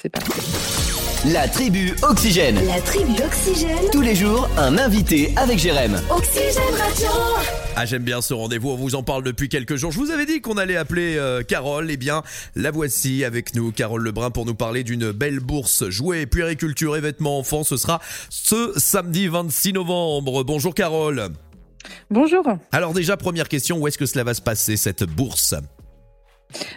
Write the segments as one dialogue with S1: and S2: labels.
S1: C'est parti.
S2: La tribu Oxygène.
S3: La tribu Oxygène,
S2: Tous les jours, un invité avec Jérém.
S3: Oxygène Radio.
S4: Ah j'aime bien ce rendez-vous, on vous en parle depuis quelques jours. Je vous avais dit qu'on allait appeler euh, Carole, eh bien la voici avec nous, Carole Lebrun, pour nous parler d'une belle bourse jouets, puériculture et vêtements enfants. Ce sera ce samedi 26 novembre. Bonjour Carole.
S1: Bonjour.
S4: Alors déjà, première question, où est-ce que cela va se passer, cette bourse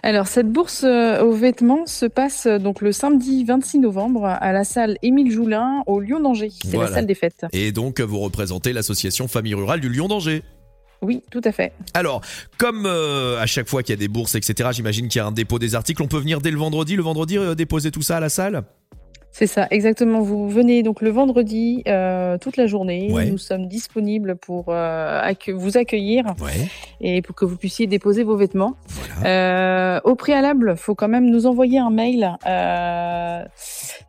S1: Alors, cette bourse euh, aux vêtements se passe euh, donc le samedi 26 novembre à la salle Émile Joulin au Lyon d'Angers. C'est
S4: Voilà.
S1: la salle des fêtes.
S4: Et donc, vous représentez l'association Famille Rurale du Lion d'Angers.
S1: Oui, tout à fait.
S4: Alors, comme euh, à chaque fois qu'il y a des bourses, etc., j'imagine qu'il y a un dépôt des articles, on peut venir dès le vendredi, le vendredi, euh, déposer tout ça à la salle
S1: C'est ça, exactement. Vous venez donc le vendredi euh, toute la journée.
S4: Ouais.
S1: Nous sommes disponibles pour euh, accue- vous accueillir
S4: Ouais.
S1: et pour que vous puissiez déposer vos vêtements. Euh, au préalable, faut quand même nous envoyer un mail. euh,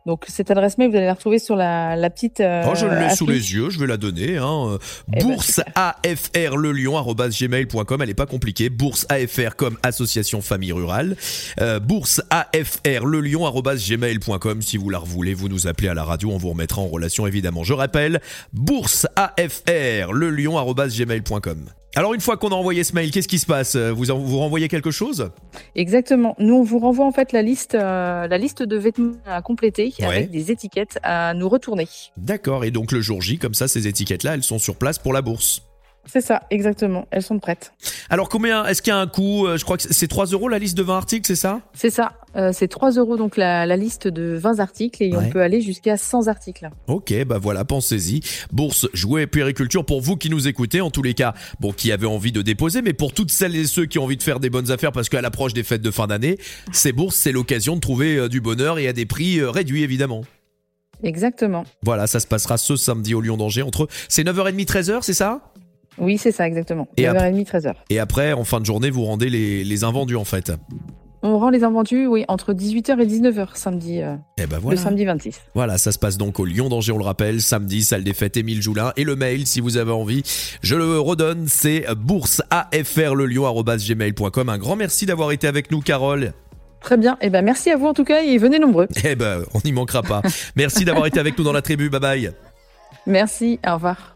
S1: donc cette adresse mail, vous allez la retrouver sur la, la petite. euh,
S4: Oh, je l'ai sous
S1: affiche.
S4: les yeux, je vais la donner. Hein.
S1: Eh ben,
S4: Bourse AFR le Lion arobase gmail.com, elle est pas compliquée. Bourse AFR comme association famille rurale. Euh, bourse AFR le Lion arobase gmail.com. Si vous la voulez, vous nous appelez à la radio, on vous remettra en relation évidemment. Je rappelle, bourse AFR le Lion arobase gmail.com. Alors une fois qu'on a envoyé ce mail, qu'est-ce qui se passe Vous en- vous renvoyez quelque chose
S1: Exactement. Nous, on vous renvoie en fait la liste, euh, la liste de vêtements à compléter
S4: Ouais.
S1: avec des étiquettes à nous retourner.
S4: D'accord. Et donc le jour J, comme ça, ces étiquettes-là, elles sont sur place pour la bourse.
S1: C'est ça, exactement. Elles sont prêtes.
S4: Alors combien Est-ce qu'il y a un coût Euh, Je crois que c'est- c'est 3 euros la liste de 20 articles, c'est ça
S1: C'est ça. Euh, c'est 3 euros donc la, la liste de 20 articles et
S4: Ouais.
S1: on peut aller jusqu'à 100 articles.
S4: Ok, bah voilà, pensez-y. Bourse, jouets, puériculture pour vous qui nous écoutez, en tous les cas, bon, qui avez envie de déposer, mais pour toutes celles et ceux qui ont envie de faire des bonnes affaires parce qu'à l'approche des fêtes de fin d'année, ces bourses, c'est l'occasion de trouver euh, du bonheur et à des prix euh, réduits évidemment.
S1: Exactement.
S4: Voilà, ça se passera ce samedi au Lyon d'Angers entre c'est 9h30 13h, c'est ça
S1: Oui, c'est ça, exactement.
S4: Et
S1: 9h30, 13h.
S4: Et après en fin de journée, vous rendez les, les invendus en fait.
S1: On rend les invendus, oui, entre 18h et 19h samedi, euh,
S4: Eh ben
S1: le
S4: voilà.
S1: samedi 26.
S4: Voilà, ça se passe donc au Lyon d'Angers, on le rappelle, samedi, salle des fêtes Émile Joulin. Et le mail, si vous avez envie, je le redonne, c'est bourseafrlelion.com. Un grand merci d'avoir été avec nous, Carole.
S1: Très bien. Eh ben, merci à vous en tout cas et venez nombreux.
S4: Eh ben, on n'y manquera pas. Merci d'avoir été avec nous dans la tribu, bye bye.
S1: Merci. Au revoir.